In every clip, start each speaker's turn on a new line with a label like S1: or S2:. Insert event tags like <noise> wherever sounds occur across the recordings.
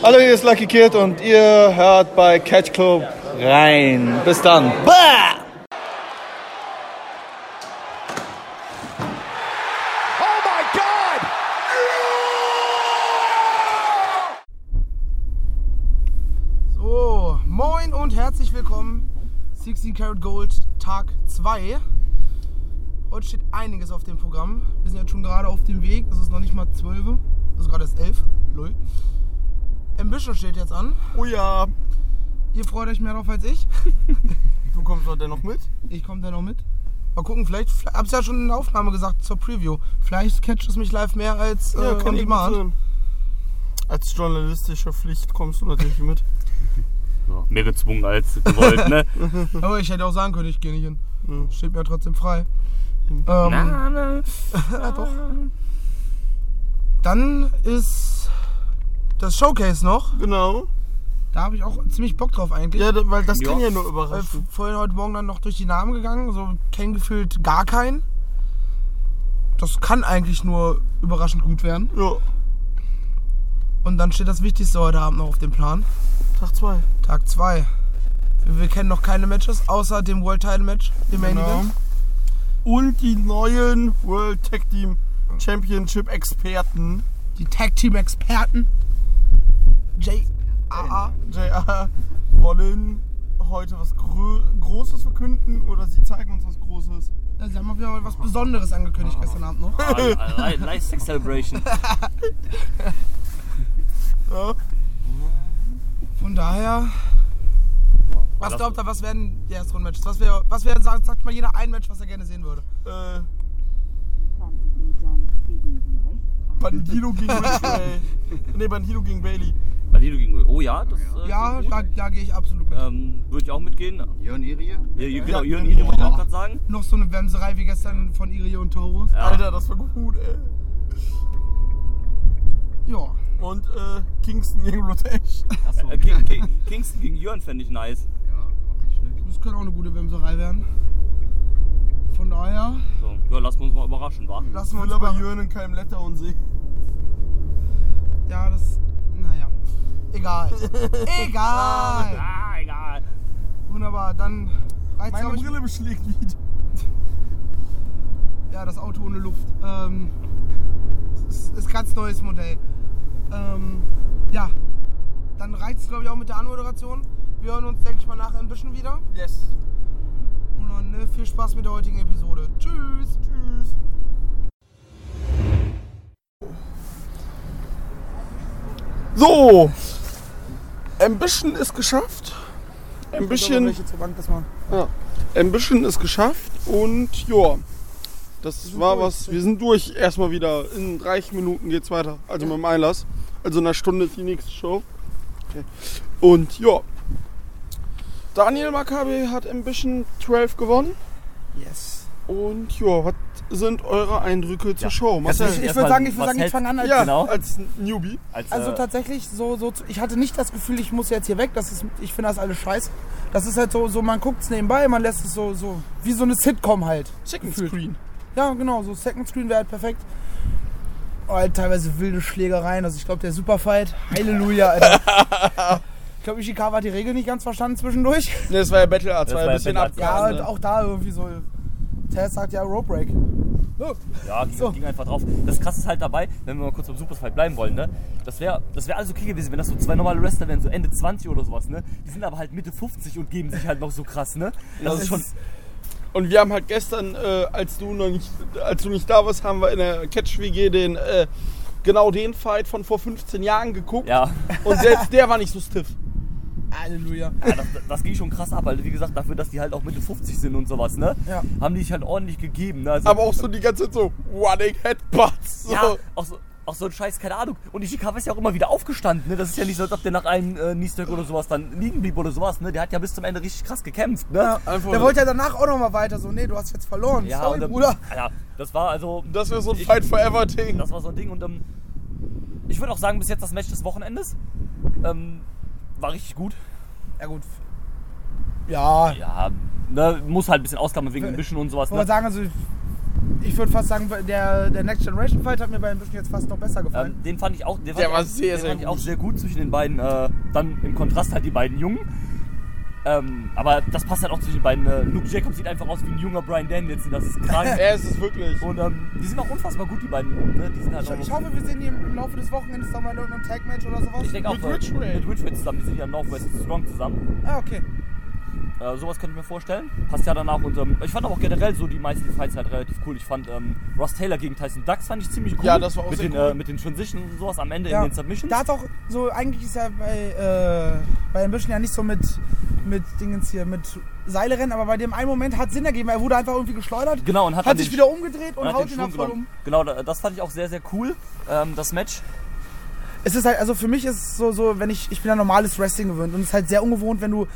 S1: Hallo, hier ist Lucky Kid und ihr hört bei Catch Club rein. Bis dann. Bah!
S2: Oh my God!
S3: So, Oh, moin und herzlich willkommen. 16 Karat Gold Tag 2. Heute steht einiges auf dem Programm. Wir sind jetzt schon gerade auf dem Weg. Es ist noch nicht mal 12. Es ist gerade erst 11. Lol. Ambition steht jetzt an.
S4: Oh ja,
S3: Ihr freut euch mehr drauf als ich.
S4: du kommst heute noch mit?
S3: Ich komme da noch mit. Mal gucken, vielleicht, vielleicht hab's ja schon in der Aufnahme gesagt zur Preview. Vielleicht catcht es mich live mehr als äh, on
S4: ich
S3: demand.
S4: sein. Als journalistische Pflicht kommst du natürlich mit.
S5: mehr gezwungen als gewollt, <laughs> ne?
S3: Aber ich hätte auch sagen können, ich gehe nicht hin.
S4: Mhm.
S3: Steht mir ja trotzdem frei.
S4: Mhm.
S3: Ähm, <laughs> na, doch. Dann ist das Showcase noch.
S4: Genau.
S3: Da habe ich auch ziemlich Bock drauf eigentlich.
S4: Ja, da- weil das kann ja nur
S3: Weil
S4: überraschen.
S3: vorhin heute Morgen dann noch durch die Namen gegangen. So kenn gefühlt gar keinen. Das kann eigentlich nur überraschend gut werden.
S4: Ja,
S3: Und dann steht das Wichtigste heute Abend noch auf dem Plan.
S4: Tag 2.
S3: Tag 2. Wir, wir kennen noch keine Matches, außer dem World Title Match, dem Main
S4: Genau.
S3: Event.
S4: Und die neuen World Tag Team Championship Experten.
S3: Die Tag Team Experten. JAA.
S4: JR wollen heute was Grö Großes verkünden oder sie zeigen uns was Großes.
S3: Ja, Sie haben auf jeden Fall was Besonderes angekündigt gestern Abend noch.
S5: Ah, Live Sex
S3: <laughs>
S5: Celebration.
S4: Ja,
S3: Von daher. Was glaubt ihr, was werden die ersten Matches? Was wäre, was wäre, sagt, sagt mal jeder ein Match, was er gerne sehen würde.
S4: äh,
S6: 20 Metern biegen Sie rechts ab.
S4: Bandido
S3: <laughs>
S4: gegen Bailey. Nee, Bandido gegen Bailey.
S5: Valido gegen Oh ja, das äh,
S3: Ja,
S5: klingt
S3: da, da gehe ich absolut mit.
S5: gut. ähm, würde ich auch mitgehen.
S7: Jörn Irie?
S5: Ja, ja, genau,
S4: Ja,
S5: Jürgen Ide wollte ich
S4: ja.
S5: auch gerade sagen.
S3: Noch so eine Wemserei wie gestern von Irie und Taurus.
S5: Ja.
S4: Alter, das war gut, ey.
S3: äh. Ja.
S4: Und äh, Kingston gegen Rotation.
S5: Äh, King, King, Kingston gegen Jörn fände ich nice.
S7: Ja, auch nicht schlecht.
S3: Das könnte auch eine gute Wemserei werden. Von daher
S5: So, ja, lassen wir uns mal überraschen, wa?
S3: lassen wir
S4: Will
S3: uns
S4: aber
S3: mal-
S4: Jürgen in keinem Letter und sie.
S3: Ja, das. Naja.
S4: <laughs>
S3: Egal. Egal.
S5: Ah, egal.
S3: Wunderbar, dann reizt
S4: Meine Brille beschlägt wieder.
S3: Ja, das Auto ohne Luft. Ähm, ist, ist ganz neues Modell. Ähm, ja, dann reizt es glaube ich auch mit der Anmoderation. Wir hören uns, denke ich mal, nachher ein bisschen wieder.
S4: Yes.
S3: Und dann ne, viel Spaß mit der heutigen Episode. Tschüss. Tschüss.
S4: So. Ambition ist geschafft. Ambition,
S3: zur Bank das mal.
S4: Ambition ist geschafft und ja. Das war was. Wir sind durch erstmal wieder. In 30 Minuten geht's weiter. Also mit dem Einlass. Also in einer Stunde ist die nächste Show. Okay. Und ja. Daniel Maccabi hat Ambition 12 gewonnen.
S3: Yes.
S4: Und ja, was sind eure Eindrücke zur Show? Marcel?
S3: Also Ich, ich würde sagen, ich, würd sagen, ich fange an als
S4: ja,
S5: genau.
S4: als Newbie.
S5: Als,
S3: Also
S5: äh,
S3: tatsächlich, so, so, zu- ich hatte nicht das Gefühl, ich muss jetzt hier weg. Das ist, ich finde das alles scheiße. Das ist halt so, so man guckt es nebenbei, man lässt es so, so, wie so eine Sitcom halt.
S4: Second
S3: Gefühlt.
S4: Screen.
S3: Ja, genau, so Second Screen wäre halt perfekt. Oh, halt teilweise wilde Schlägereien. Also ich glaube, der Superfight, Halleluja, Alter.
S5: <laughs>
S3: ich glaube, Ishikawa hat die Regel nicht ganz verstanden zwischendurch.
S4: Ne, das war ja Battle Arts, war
S5: Das
S4: ja ein
S5: war ja
S4: bisschen
S5: Battle
S4: ab.
S5: Arts.
S3: Ja,
S5: Ja,
S3: und
S5: ne?
S3: auch da irgendwie so. Tess sagt ja Rope Break. Oh,
S5: Ja, ging,
S3: So.
S5: ging einfach drauf. Das krasse ist halt dabei, wenn wir mal kurz beim Superfight bleiben wollen, ne? Das wäre das wär alles okay gewesen, wenn das so zwei normale Wrestler wären, so Ende 20 oder sowas, ne? Die sind aber halt Mitte 50 und geben sich halt noch so krass, ne? Das, ist schon.
S4: Und wir haben halt gestern, äh, als, du noch nicht, als du nicht da warst, haben wir in der Catch-WG den, äh, genau den Fight von vor 15 Jahren geguckt.
S5: Ja.
S4: Und selbst der war nicht so stiff.
S3: Halleluja.
S5: Ja, das, das ging schon krass ab, also wie gesagt, dafür, dass die halt auch Mitte 50 sind und sowas, ne?
S3: Ja.
S5: Haben die sich halt ordentlich gegeben, ne? Also,
S4: Aber auch so die ganze Zeit so Running Headbutts. So.
S5: Ja, auch so, auch so ein Scheiß, keine Ahnung. Und Ishikawa ist ja auch immer wieder aufgestanden, ne? Das ist ja nicht so, als ob der nach einem äh, Knee-Strike oder sowas dann liegen blieb oder sowas, ne? Der hat ja bis zum Ende richtig krass gekämpft, ne? Ja,
S4: Einfach-
S3: Der wollte ja danach auch nochmal weiter. So, nee, du hast jetzt verloren. Sorry,
S5: und, ähm,
S3: Bruder.
S5: Ja, das war also.
S4: Das wäre so ein Fight Forever Ding.
S5: Das war so ein Ding und ähm, ich würde auch sagen, bis jetzt das Match des Wochenendes ähm, war richtig gut.
S3: Ja, gut. Ja.
S5: Ja, ne, muss halt ein bisschen ausklammern wegen Ambition und sowas.
S3: Ich wollte
S5: Ne?
S3: sagen, also ich würde fast sagen, der, der Next Generation Fight hat mir bei den Büschen jetzt fast noch besser gefallen.
S5: Ähm, den fand ich auch, den fand
S4: Der
S5: ich
S4: war
S5: auch-
S4: sehr,
S5: den
S4: sehr
S5: fand ich
S4: gut.
S5: auch sehr gut zwischen den beiden. Äh, dann im Kontrast halt die beiden Jungen. Ähm, aber das passt halt auch zwischen den beiden. Äh, Luke Jacobs sieht einfach aus wie ein junger Brian Danielson. Das ist
S4: <laughs>
S5: krank.
S4: Er ist es wirklich.
S5: Und ähm, die sind auch unfassbar gut, die beiden. Ne? Die sind halt
S3: Ich,
S5: auch,
S3: ich hoffe, wir sehen die im, im Laufe des Wochenendes nochmal in irgendeinem Tag-Match oder sowas.
S5: ich denke auch
S3: Mit
S5: äh,
S3: Rich Ray.
S5: mit Ridgeway zusammen. Die sind ja im Northwest Strong zusammen.
S3: Ah, okay.
S5: Äh, sowas könnte ich mir vorstellen. Passt ja danach. Und ähm, ich fand aber auch generell so die meisten Fights halt relativ cool. Ich fand ähm, Ross Taylor gegen Tyson Ducks fand ich ziemlich cool.
S4: Ja, das war auch
S5: mit
S4: sehr
S5: den,
S4: cool.
S5: Äh, mit den Transitions und sowas am Ende in den Submissions.
S3: Da hat auch so, eigentlich ist ja bei, äh, bei den Büschen ja nicht so mit, mit Dingens hier, mit Seile rennen, aber bei dem einen Moment hat Sinn ergeben, er wurde einfach irgendwie geschleudert,
S5: Genau, und hat,
S3: hat
S5: dann
S3: sich
S5: den-
S3: wieder umgedreht und,
S5: hat
S3: haut
S5: den
S3: ihn
S5: Schwung
S3: dann voll um.
S5: genommen. Genau, da- das fand ich auch sehr, sehr cool, ähm, das Match.
S3: es ist halt, also für mich ist es so, so wenn ich, ich bin ja normales Wrestling gewöhnt und es ist halt sehr ungewohnt, wenn du,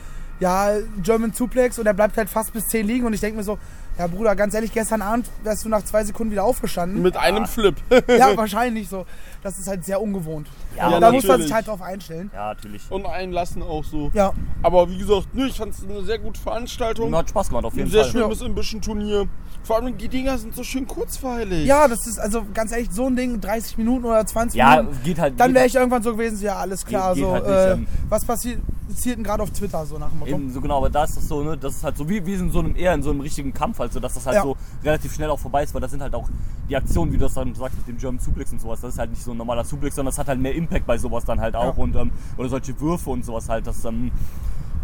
S3: ja, German Suplex und er bleibt halt fast bis 10 liegen und ich denke mir so, ja Bruder, ganz ehrlich, gestern Abend wärst du nach zwei Sekunden wieder aufgestanden.
S4: Mit einem Flip. <laughs>
S3: ja, wahrscheinlich so. Das ist halt sehr ungewohnt.
S5: Ja,
S3: da
S4: natürlich.
S3: muss man sich halt drauf einstellen.
S5: Ja, natürlich.
S4: Und einlassen auch so.
S3: Ja,
S4: Aber wie gesagt, ne, ich fand es eine sehr gute Veranstaltung.
S5: Hat Spaß gemacht auf jeden
S4: Ein sehr
S5: Fall.
S4: schönes Ambition-Turnier. Vor allem die Dinger sind so schön kurzweilig.
S3: ja, das ist also ganz ehrlich so ein Ding, 30 Minuten oder 20
S5: Ja,
S3: Minuten.
S5: geht halt.
S3: Dann
S5: geht
S3: wäre ich irgendwann so gewesen, so, ja, alles klar,
S5: Geht- geht
S3: so,
S5: halt nicht,
S3: äh,
S5: ähm.
S3: was passiert, passiert denn gerade auf Twitter, so nach dem Motto.
S5: Eben, so genau, aber da ist das so, ne, das ist halt so wie, wie in so einem eher in so einem richtigen Kampf, also dass das halt
S3: Ja.
S5: so relativ schnell auch vorbei ist, weil das sind halt auch die Aktionen, wie du das dann sagst mit dem German Suplex und sowas, das ist halt nicht so ein normaler Suplex, sondern das hat halt mehr Impact bei sowas dann halt auch
S3: Ja.
S5: und ähm, oder solche Würfe und sowas halt, das ähm,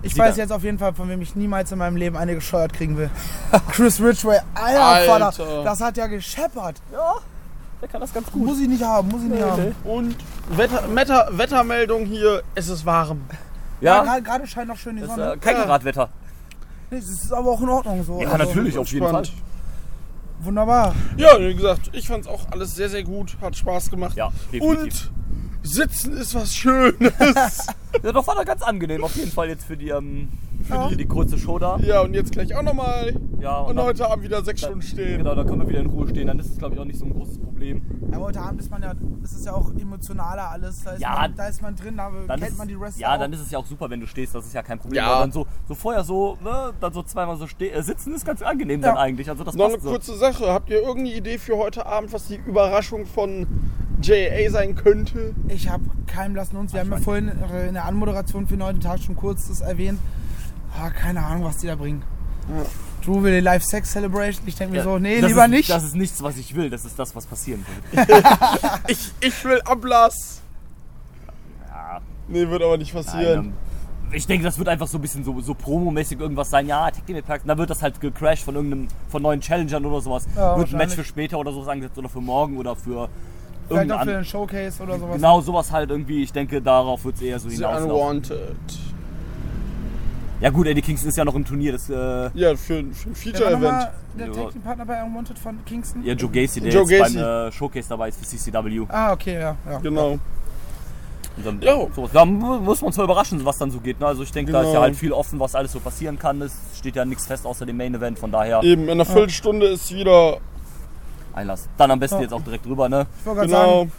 S3: Ich
S5: Sieht
S3: weiß
S5: er.
S3: jetzt auf jeden Fall, von wem ich niemals in meinem Leben eine gescheuert kriegen will. <laughs> Chris Ridgway, alter,
S4: Alter.
S3: Vater, das hat ja gescheppert.
S5: der kann das ganz gut.
S3: Muss ich nicht haben, muss ich nicht haben.
S4: Und Wetter, Wetter, Wettermeldung hier, es ist warm.
S3: Ja,
S5: Ja,
S3: gerade- gerade scheint noch schön die
S5: das ist
S3: Sonne.
S5: äh, kein
S4: Ja.
S5: Radwetter.
S3: Nee, Das ist aber auch in Ordnung so.
S5: Ja,
S3: Also,
S5: natürlich, auf jeden Fall.
S4: Spannend.
S3: Wunderbar.
S4: Ja, wie gesagt, ich fand es auch alles sehr, sehr gut. Hat Spaß gemacht.
S5: Ja, definitiv.
S4: Und sitzen ist was Schönes.
S5: Ja, doch war da ganz angenehm, auf jeden Fall jetzt für die, ähm, für
S3: Ja.
S5: die, die kurze Show da.
S4: <laughs> ja, und jetzt gleich auch nochmal.
S5: Ja,
S4: Und
S5: dann-
S4: heute Abend wieder sechs
S5: dann-
S4: Stunden stehen.
S5: Genau, da können wir wieder in Ruhe stehen. Dann ist es, glaube ich, auch nicht so ein großes Problem.
S3: Aber heute Abend ist man ja, es ist ja auch emotionaler alles. Da ist,
S5: Ja.
S3: man, da ist man drin, da
S5: Dann
S3: kennt
S5: ist,
S3: man die Wrestler.
S5: Ja,
S3: auch.
S5: dann ist es ja auch super, wenn du stehst. Das ist ja kein Problem.
S4: Ja.
S5: Aber dann so, so vorher so, ne, dann so zweimal so ste äh, sitzen ist ganz angenehm dann
S3: Ja.
S5: eigentlich. Also das
S4: Noch eine
S5: passt so.
S4: kurze Sache. Habt ihr irgendeine Idee für heute Abend, was die Überraschung von JA sein könnte?
S3: Ich habe keinem lassen uns. Wir haben ja vorhin äh, in der Anmoderation für den neunten Tag schon kurz das erwähnt. Ah, keine Ahnung, was die da bringen. Drew will die Live-Sex-Celebration. Ich denke mir
S5: Ja,
S3: so, nee,
S5: das
S3: lieber
S5: ist,
S3: nicht.
S5: Das ist nichts, was ich will. Das ist das, was passieren wird.
S4: Ich, ich will Ablass. Nee, wird aber nicht passieren.
S5: Nein, ähm, ich denke, das wird einfach so ein bisschen so, so promomäßig irgendwas sein. Ja, Tag Team Impact. Dann wird das halt gecrashed von irgendeinem, von neuen Challengern oder sowas.
S3: Ja,
S5: wird ein Match
S3: wahrscheinlich.
S5: für später oder sowas angesetzt oder für morgen oder für
S3: Vielleicht
S5: irgendein
S3: auch für
S5: an-
S3: den Showcase oder sowas.
S5: Genau sowas halt irgendwie. Ich denke, darauf wird es eher so
S4: The
S5: hinauslaufen.
S4: Unwanted.
S5: Ja gut, Eddie Kingston ist ja noch im Turnier. Das, äh,
S4: Ja, für, für ein
S3: Der war noch
S4: Feature-Event.
S3: mal Der
S5: Ja.
S3: Tag Team Partner bei Unwanted von Kingston?
S5: ja, Joe Gacy, der
S4: Joe
S5: jetzt
S4: Gacy.
S5: beim äh, Showcase dabei ist für CCW.
S3: Ah, okay, ja. ja.
S4: Genau.
S5: Und dann,
S4: Jo.
S5: sowas. Da mu- muss man zwar überraschen, was dann so geht. Ne? Also ich denke, da ist ja
S4: Genau.
S5: halt viel offen, was alles so passieren kann. Es steht ja nichts fest außer dem Main Event, von daher
S4: Eben, in einer Viertelstunde ist wieder.
S5: Einlass. Dann am besten
S3: Ja.
S5: jetzt auch direkt rüber, ne?
S3: Ich wollte gerade
S4: Genau.
S3: sagen,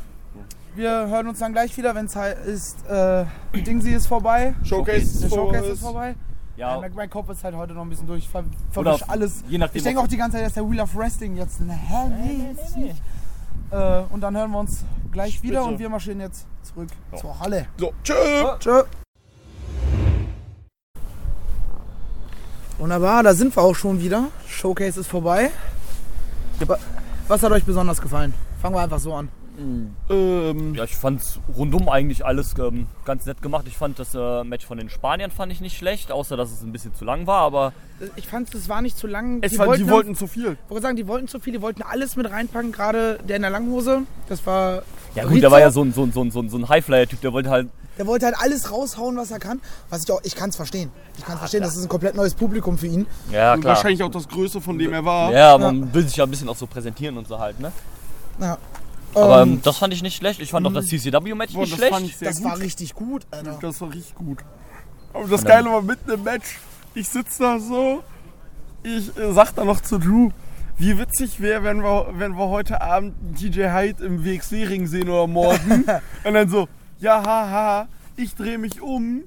S3: wir hören uns dann gleich wieder, wenn es halt ist, äh, Dingsy ist vorbei.
S4: Showcase
S5: Showcase.
S4: ist
S3: Der Showcase
S4: vorbei.
S3: ist vorbei.
S5: Ja,
S3: Mein, mein Kopf ist halt heute noch ein bisschen durch. Ich ver
S5: Oder
S3: verwisch alles.
S5: je nachdem,
S3: ich denke
S5: ob-
S3: auch die ganze Zeit, dass der Wheel of Wrestling jetzt. Na, hä? Nee, jetzt nicht. Äh, und dann hören wir uns gleich wieder
S4: Spitze.
S3: und wir marschieren jetzt zurück zur Halle.
S4: So, tschüss.
S5: Oh.
S3: Tschö. Wunderbar, da sind wir auch schon wieder. Showcase ist vorbei. Wa- Was hat euch besonders gefallen? Fangen wir einfach so an.
S4: Ähm,
S5: ja ich fand rundum eigentlich alles ähm, ganz nett gemacht. Ich fand das äh, Match von den Spaniern fand ich nicht schlecht, außer dass es ein bisschen zu lang war, aber
S3: Ich fand, es war nicht zu lang.
S4: es war, die wollten zu viel.
S3: Ich wollte sagen, die wollten zu viel, die wollten alles mit reinpacken, gerade der in der Langhose. Das war.
S5: ja gut,
S3: Rizzo.
S5: da war ja so ein, so ein, so ein, so ein- so ein Highflyer-Typ, der wollte halt
S3: Der wollte halt alles raushauen, was er kann. Was ich auch. Ich kann es verstehen. Ich kann es verstehen, das ist ein komplett neues Publikum für ihn.
S5: ja,
S4: Und
S5: klar.
S4: wahrscheinlich auch das Größte, von dem er war.
S5: Ja, man will sich ja ein bisschen auch so präsentieren und so halt, ne?
S3: Ja. Hm.
S5: Aber
S3: Ähm,
S5: ähm, das fand ich nicht schlecht. Ich fand auch das CCW-Match
S4: Boah,
S5: nicht
S4: das
S5: schlecht.
S4: fand ich sehr
S3: das
S4: gut.
S3: war richtig gut, Alter.
S4: das war richtig gut. Aber das Geile war mitten im Match. Ich sitze da so. Ich äh, sag da noch zu Drew, wie witzig wäre, wenn wir, wenn wir heute Abend DJ Hyde im WXW-Ring sehen oder morgen. Und dann so, ja, haha, ich drehe mich um.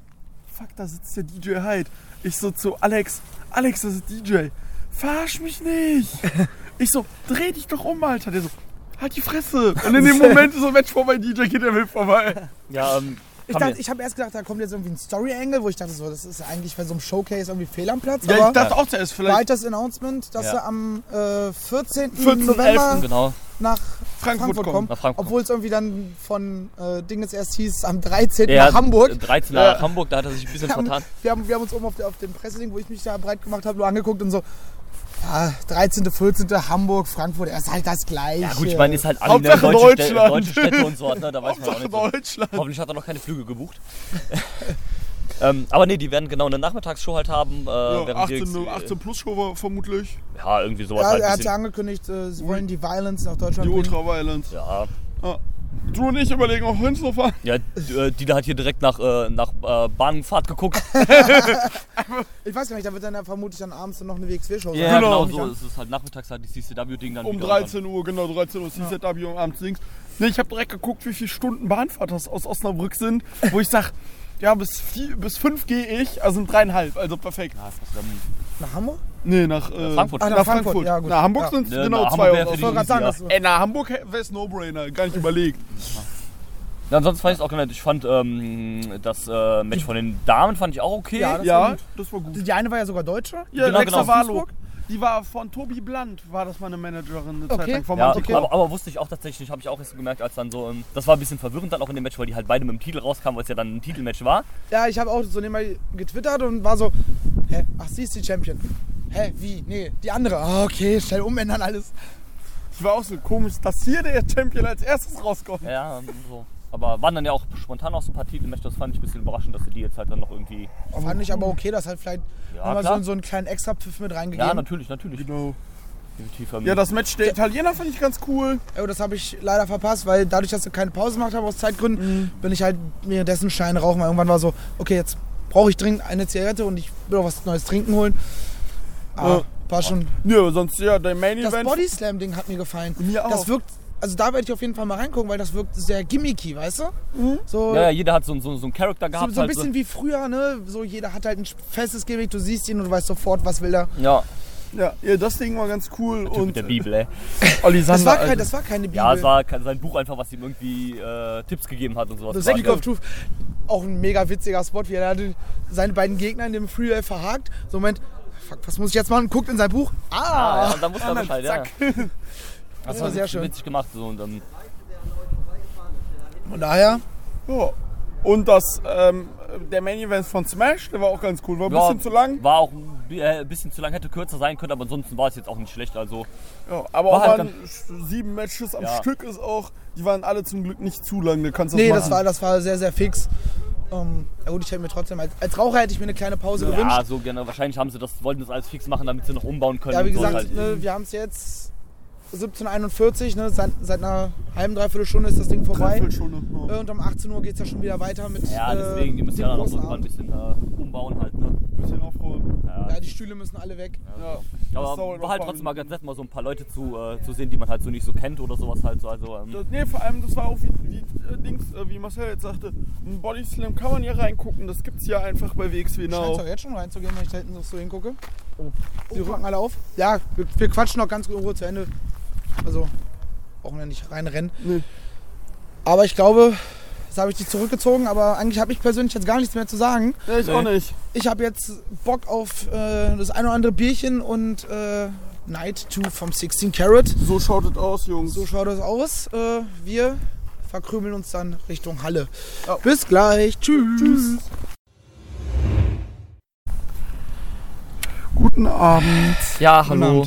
S4: Fuck, da sitzt der DJ
S5: <laughs>
S4: Hyde. Ich so zu Alex, Alex, das ist DJ. Verarsch mich nicht. Ich so, dreh dich doch um, Alter. Der so, halt die Fresse. Und in dem Moment ist so ein Match vorbei, DJ geht der will vorbei.
S5: Ja, ähm,
S3: Ich,
S5: haben
S3: dachte-
S5: wir.
S3: ich habe erst gedacht, da kommt jetzt irgendwie ein Story-Angle, wo ich dachte, so, das ist eigentlich bei so einem Showcase irgendwie fehl am Platz.
S4: Ja,
S3: aber
S4: ich dachte auch zuerst vielleicht
S3: weiteres Announcement, dass
S5: Ja.
S3: er am äh, 14.
S4: 14.11.
S3: November
S5: genau.
S3: nach
S4: Frankfurt,
S3: Frankfurt
S4: kommen.
S3: kommt.
S5: Nach Frankfurt.
S3: Obwohl es irgendwie dann von äh, Ding jetzt erst hieß, am 13.
S5: Der
S3: nach Hamburg.
S5: 13 äh, nach Hamburg, da hat er sich ein bisschen
S3: Wir haben,
S5: vertan.
S3: wir, haben, wir haben uns oben auf, der, auf dem Presseding, wo ich mich da breit gemacht habe, nur angeguckt und so, ja, 13., 14. Hamburg, Frankfurt, das ist halt das Gleiche.
S5: Ja gut, ich meine, ist halt alle
S4: Hauptsache
S5: deutsche, Städte,
S4: Deutschland.
S5: deutsche Städte und so hat, ne? Da weiß man auch
S4: Hauptsache
S5: nicht. So.
S4: Deutschland.
S5: Hoffentlich hat er noch keine Flüge gebucht. <laughs> ähm, aber nee, die werden genau eine Nachmittagsshow halt haben. Äh,
S4: Ja,
S5: während wir-
S4: 18, 18 plus Show war vermutlich.
S5: Ja, irgendwie sowas
S3: ja,
S5: halt.
S3: er
S5: Ein
S3: hat ja
S5: bisschen,
S3: angekündigt, äh,
S5: Mhm.
S3: sie wollen die Violence nach Deutschland
S4: Die
S3: bringen.
S4: Ultra Violence.
S5: ja,
S4: Ja. Du und ich überlegen auch hinzufahren.
S5: ja, d- äh, Dieter hat hier direkt nach, äh, nach äh, Bahnfahrt geguckt.
S4: <laughs>
S3: Ich weiß gar nicht, da wird dann ja vermutlich dann abends dann noch eine WXW-Show
S5: Ja, genau,
S4: Genau.
S5: so. Es ist halt nachmittags halt die CCW-Ding dann
S4: Um
S5: wieder.
S4: 13 Uhr, genau, 13 Uhr ist die ZW und abends links. Nee, ich habe direkt geguckt, wie viele Stunden Bahnfahrt das aus Osnabrück sind, wo ich sag, ja, bis, vier, bis fünf gehe ich, also sind dreieinhalb, also perfekt.
S5: Ja, dann,
S3: Nach Hamburg?
S4: Nee, nach, äh,
S5: Frankfurt.
S3: Ah,
S4: Nach,
S3: nach
S4: Frankfurt.
S3: Frankfurt, ja, gut.
S4: Nach Hamburg
S3: Ja.
S4: sind
S5: Ne,
S4: genau
S5: nach Hamburg wär
S4: zwei Uhr.
S5: für die
S3: Ich wollte gerade sagen,
S5: Ja.
S3: das
S4: Ey, nach Hamburg wär's No-Brainer, gar nicht überlegt.
S5: Ja, ansonsten fand ich es auch ganz nett. Ich fand ähm, das äh, Match von den Damen fand ich auch okay.
S3: Ja, das- war
S4: ja,
S3: gut.
S4: das war gut.
S3: Die eine war ja sogar Deutsche.
S4: Ja,
S5: Genau,
S4: Alexa
S5: genau.
S4: Warlow, die war von Tobi Blunt, war das meine Managerin eine Zeit
S3: Okay.
S4: lang. Vom
S5: Ja,
S4: Antiqua.
S5: aber, aber wusste ich auch tatsächlich, habe ich auch erst gemerkt, als dann so, ähm, das war ein bisschen verwirrend dann auch in dem Match, weil die halt beide mit dem Titel rauskamen, weil es ja dann ein Titelmatch war.
S3: Ja, ich habe auch so nebenbei getwittert und war so, hä, ach, sie ist die Champion. Hä, wie? Nee, die andere. Ah, okay, schnell umändern alles.
S4: Ich war auch so komisch, dass hier der Champion als erstes rauskommt.
S5: Ja, ähm, so. Aber waren dann ja auch spontan auch so ein paar Titelmatches, das fand ich ein bisschen überraschend, dass wir die jetzt halt dann noch irgendwie.
S3: Fand ich aber okay, dass halt vielleicht
S5: Ja,
S3: nochmal
S5: klar.
S3: so, so einen kleinen Extra-Pfiff mit
S5: Ja,
S3: reingegeben.
S5: natürlich, natürlich. Genau. Definitiv, ähm,
S4: Ja, das Match der Italiener fand ich ganz cool.
S3: Ey, das habe ich leider verpasst, weil dadurch, dass wir keine Pause gemacht haben aus Zeitgründen,
S4: Mhm.
S3: bin ich halt mir dessen Schein rauchen, weil irgendwann war so, okay, jetzt brauche ich dringend eine Zigarette und ich will auch was Neues trinken holen. Aber
S4: Ja.
S3: war schon.
S4: Nö, sonst ja, der Main
S3: Das
S4: Event.
S3: Body Slam Ding hat mir gefallen.
S4: Mir auch.
S3: Das wirkt, also da werde ich auf jeden Fall mal reingucken, weil das wirkt sehr gimmicky, weißt du?
S4: Mhm.
S3: So,
S5: ja, ja, jeder hat so, so, so einen Charakter
S3: so,
S5: gehabt.
S3: so ein
S5: halt,
S3: bisschen wie früher, ne? So jeder hat halt ein festes Gimmick, du siehst ihn und du weißt sofort, was will er.
S5: Ja,
S4: ja, ja, das Ding war ganz cool.
S5: typ mit
S4: Und äh,
S5: der Bibel, ey. also
S3: Das war, kein,
S4: Alter.
S3: das war keine Bibel.
S5: Ja, es war kein- sein Buch einfach, was ihm irgendwie äh, Tipps gegeben hat und sowas.
S3: The
S5: quasi.
S3: Stick of Truth. Also Auch ein mega witziger Spot, wie er hatte seine beiden Gegner in dem Freeway verhakt. So Moment, fuck, was muss ich jetzt machen? Guckt in sein Buch. Ah!
S5: Ah, ja, und dann wusste er Bescheid, ja. ja. Das war
S3: Ja, sehr
S5: sehr
S3: schön.
S5: schön. witzig gemacht. So, und, ähm,
S3: Von daher,
S4: Ja. Und das, ähm, der Main Event von Smash, der war auch ganz cool. War ein
S5: ja,
S4: bisschen zu lang,
S5: War auch ein bi- äh, ein bisschen zu lang, hätte kürzer sein können, aber ansonsten war es jetzt auch nicht schlecht. Also,
S4: ja, aber
S5: war
S4: auch
S5: halt
S4: waren sieben Matches am
S5: Ja.
S4: Stück ist auch, die waren alle zum Glück nicht zu lang. Da kannst du
S3: nee,
S4: machen.
S3: das war, das war sehr, sehr fix. Ähm, ja gut, ich hätte mir trotzdem, als, als Raucher hätte ich mir eine kleine Pause gewünscht.
S5: ja, so gerne. Wahrscheinlich haben sie das, wollten das alles fix machen, damit sie noch umbauen können.
S3: Ja, wie
S5: und so
S3: gesagt,
S5: halt.
S3: ne, wir haben es jetzt 17.41 ne, seit, seit einer halben, dreiviertel Stunde ist das Ding vorbei.
S4: Dreiviertelstunde,
S3: Äh, Und um 18 Uhr geht es ja schon wieder weiter mit
S5: ja,
S3: äh,
S5: deswegen, die müssen
S3: dem
S5: ja noch
S3: großen
S5: so ein
S3: Abend.
S5: bisschen äh, umbauen halt. Ne?
S4: Ein bisschen aufräumen.
S3: Ja, die Stühle müssen alle weg.
S4: Ja.
S5: Aber
S4: Das dauert
S5: war halt
S4: noch ein paar
S5: trotzdem mal ganz nett, mal so ein paar Leute zu, äh, zu sehen, die man halt so nicht so kennt oder sowas halt so. Also, ähm,
S4: Das, äh, nee, vor allem, das war auch wie, wie, äh, Dings, äh, wie Marcel jetzt sagte, ein Body Slam kann man ja reingucken, das gibt's ja einfach bei WXW
S3: Scheint
S4: Now.
S3: doch jetzt schon reinzugehen, wenn ich da hinten noch so hingucke. Die rücken alle auf. Ja, wir, wir quatschen noch ganz in Ruhe zu Ende. Also brauchen wir nicht reinrennen.
S4: Nee.
S3: Aber ich glaube, jetzt habe ich dich zurückgezogen, aber eigentlich habe ich persönlich jetzt gar nichts mehr zu sagen.
S4: Nee, ich auch
S5: Nee.
S4: nicht.
S3: Ich habe jetzt Bock auf äh, das eine oder andere Bierchen und äh, Night 2 vom 16 Carat.
S4: So schaut es aus, Jungs.
S3: So schaut das aus. Äh, wir verkrümeln uns dann Richtung Halle. Bis gleich. Tschüss. Tschüss.
S4: Guten Abend.
S5: ja, hallo.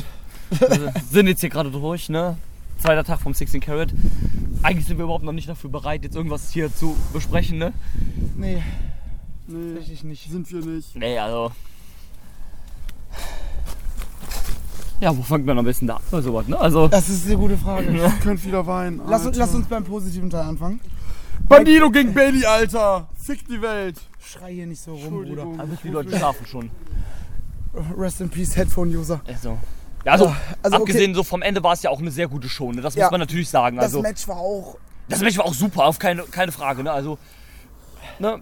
S5: Wir sind jetzt hier gerade durch, ne? Zweiter Tag vom 16 Carat. Eigentlich sind wir überhaupt noch nicht dafür bereit, jetzt irgendwas hier zu besprechen, ne?
S3: Nee,
S4: Nee,
S3: richtig nicht.
S4: sind wir nicht.
S5: Nee, also. Ja, wo fängt man am besten da an oder sowas, ne? Also.
S3: Das ist eine gute Frage.
S4: Ihr könnt wieder weinen.
S3: Lass,
S4: Alter.
S3: lass uns beim positiven Teil anfangen.
S4: Bandido gegen Bailey, Alter! Fick die Welt!
S3: Schrei hier nicht so rum, Bruder.
S5: Da müssen die Leute schlafen schon.
S3: Rest in Peace, Headphone-User.
S5: Also. Ja, also,
S3: also,
S5: abgesehen so vom Ende war es ja auch eine sehr gute Show, ne? Das muss
S3: Ja.
S5: man natürlich sagen.
S3: Das
S5: Also, das,
S3: Match war auch.
S5: Match war auch super, auf keine, keine Frage, ne? Also. Ne?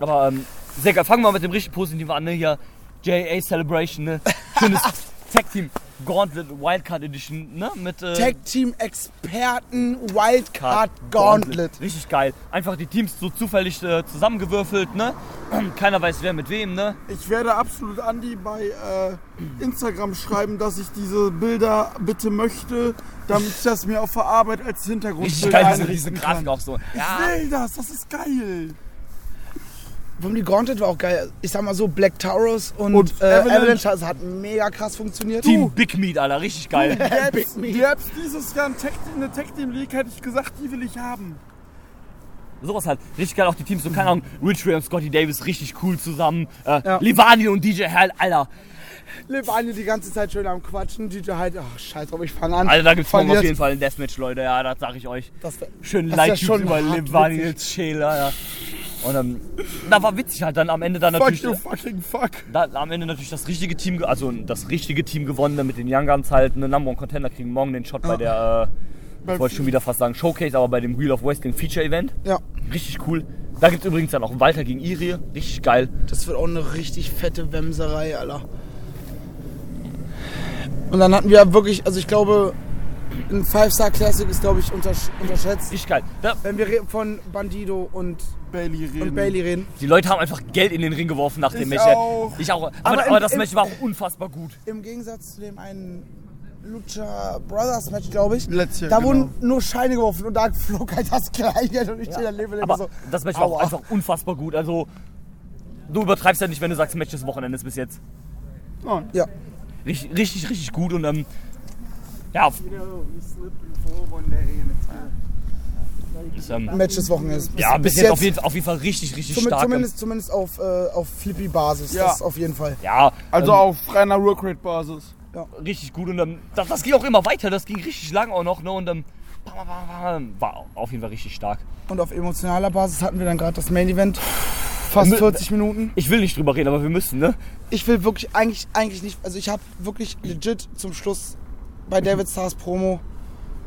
S5: Aber, ähm,
S3: <laughs>
S5: sehr geil. Fangen wir mal mit dem richtig Positiven an, ne? Hier, JA Celebration, ne? Schönes Tag Team Gauntlet Wildcard Edition, ne? Mit äh,
S3: Tag Team Experten Wildcard Gauntlet.
S5: Richtig geil. Einfach die Teams so zufällig äh, zusammengewürfelt, ne? <clears throat> Keiner weiß wer mit wem, ne?
S4: Ich werde absolut Andi bei äh, Instagram schreiben, dass ich diese Bilder bitte möchte, damit ich das mir auf der Arbeit als
S5: Richtig
S4: Hintergrundbild
S5: geil, diese, diese
S4: einrichten
S5: Grafik
S4: kann.
S5: auch so. Ja,
S4: Ich will das, das ist geil.
S3: Vom die Gauntlet war auch geil. Ich sag mal so, Black Taurus und,
S4: Und
S3: äh, Avalanche.
S4: Avalanche.
S3: das hat mega krass funktioniert.
S5: Team Big Meat, Alter, richtig
S3: <laughs>
S5: geil.
S4: Gäb's, gäb's dieses Jahr ein Tech, eine Tech Team League, hätte ich gesagt, die will ich haben.
S5: Sowas halt. Richtig geil auch die Teams, so keine Ahnung, Rich Ray und Scotty Davis richtig cool zusammen. Äh,
S3: Ja.
S5: Levani und DJ Hell, Alter.
S3: Levani die ganze Zeit schön am Quatschen. DJ halt, ach scheiß drauf, ich fange an.
S5: Alter, Also da gibt's morgen auf
S3: Verliert.
S5: jeden Fall ein Deathmatch, Leute, ja, das sag ich euch.
S3: Das,
S5: Schön
S3: das ist ja
S5: Light
S3: schon
S5: über
S3: hart
S5: Levani
S3: witzig.
S5: Schäler, ja. Und dann, da war witzig halt dann am Ende dann natürlich.
S4: Fuck you fucking fuck.
S5: Da am Ende natürlich das richtige Team, ge- also das richtige Team gewonnen, ne, mit den Young Guns halt, eine Number One Contender kriegen morgen den Shot bei der, äh, ich wollte schon wieder fast sagen Showcase, aber bei dem Wheel of Wrestling Feature Event.
S3: Ja,
S5: Richtig cool. Da gibt's übrigens dann auch Walter gegen Irie, richtig geil.
S3: das wird auch eine richtig fette Wemserei, Alter. Und dann hatten wir wirklich, also ich glaube, ein Five-Star-Classic ist, glaube ich, untersch unterschätzt.
S5: Richtig geil. Da,
S3: Wenn wir re- von Bandido und,
S4: Bailey reden.
S3: und Bailey reden.
S5: die Leute haben einfach Geld in den Ring geworfen nach dem
S4: Ich
S5: Match. ey.
S4: auch.
S5: Ich auch. Aber,
S3: Aber
S5: aber,
S3: im-
S5: das
S3: im-
S5: Match war auch unfassbar gut.
S3: Im Gegensatz zu dem einen Lucha Brothers Match, glaube ich.
S4: Letztes Jahr,
S3: Da
S4: genau.
S3: wurden nur Scheine geworfen und da flog halt <laughs> das Kleingeld und ich stehe daneben und denk
S5: Aber
S3: so.
S5: das Match war auch
S3: aua.
S5: einfach unfassbar gut. Also du übertreibst ja nicht, wenn du sagst Match des Wochenendes bis jetzt.
S3: Ja.
S5: Richtig, richtig, richtig gut und ähm, ja. Ist, ähm,
S3: Match des Wochenendes.
S5: Ja, bis, jetzt, auf, jeden, auf jeden Fall richtig, richtig
S3: Zum,
S5: stark. ähm,
S3: zumindest, zumindest auf, äh, auf Flippy-Basis.
S4: Ja.
S3: Das auf jeden Fall.
S5: ja,
S4: Also
S5: ähm,
S4: auf reiner Workrate-Basis.
S5: richtig gut. Und ähm, das, das ging auch immer weiter. Das ging richtig lang auch noch. Ne? Und ähm, bam, bam, bam, bam, war auf jeden Fall richtig stark.
S3: Und auf emotionaler Basis hatten wir dann gerade das Main Event. Fast
S5: Mü-
S3: 40 Minuten.
S5: Ich will nicht drüber reden, aber wir müssen, ne?
S3: Ich will wirklich, eigentlich, eigentlich nicht. Also ich habe wirklich legit zum Schluss bei David Stars Promo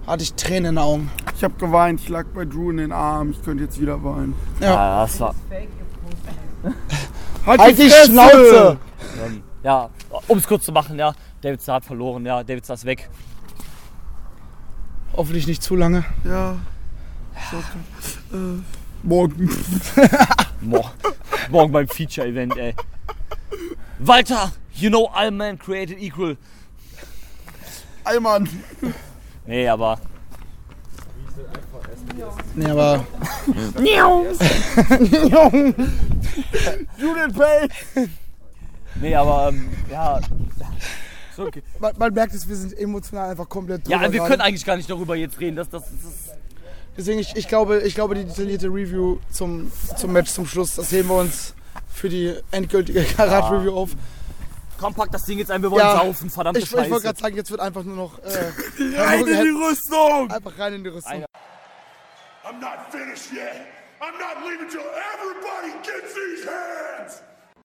S3: hatte ich Tränen in den Augen.
S4: Ich habe geweint, ich lag bei Drew in den Armen, ich könnte jetzt wieder weinen.
S3: Ja.
S5: Ah, das war,
S4: Halt,
S3: Halt die
S4: Fresse!
S3: Schnauze!
S5: ähm, ja, um es kurz zu machen, ja. David Starr hat verloren, ja. David Starr ist weg.
S3: Hoffentlich nicht zu lange.
S4: Ja. Äh, morgen.
S5: Mo morgen beim Feature-Event, ey. Walter, you know all men created equal.
S4: Allmann.
S5: Nee, aber
S3: Nee, aber
S4: Judith Pay.
S5: Nee, aber ähm, ja. Ist okay.
S3: man, man merkt es, wir sind emotional einfach komplett
S5: Ja,
S3: drüber
S5: wir
S3: gerade.
S5: können eigentlich gar nicht darüber jetzt reden. Das, das, das ist
S3: Deswegen, ich, ich, glaube, ich glaube, die detaillierte Review zum, zum Match zum Schluss, das heben wir uns für die endgültige Karat-Review auf.
S5: kompakt das Ding jetzt ein. Wir wollen
S3: Ja.
S5: saufen, verdammte
S3: Ich, ich
S5: Scheiße.
S3: wollte gerade sagen, jetzt wird einfach nur noch
S5: <laughs>
S3: äh,
S4: Rein in die Rüstung.
S3: einfach rein in die Rüstung.
S8: I'm not finished yet. I'm not leaving till everybody gets these hands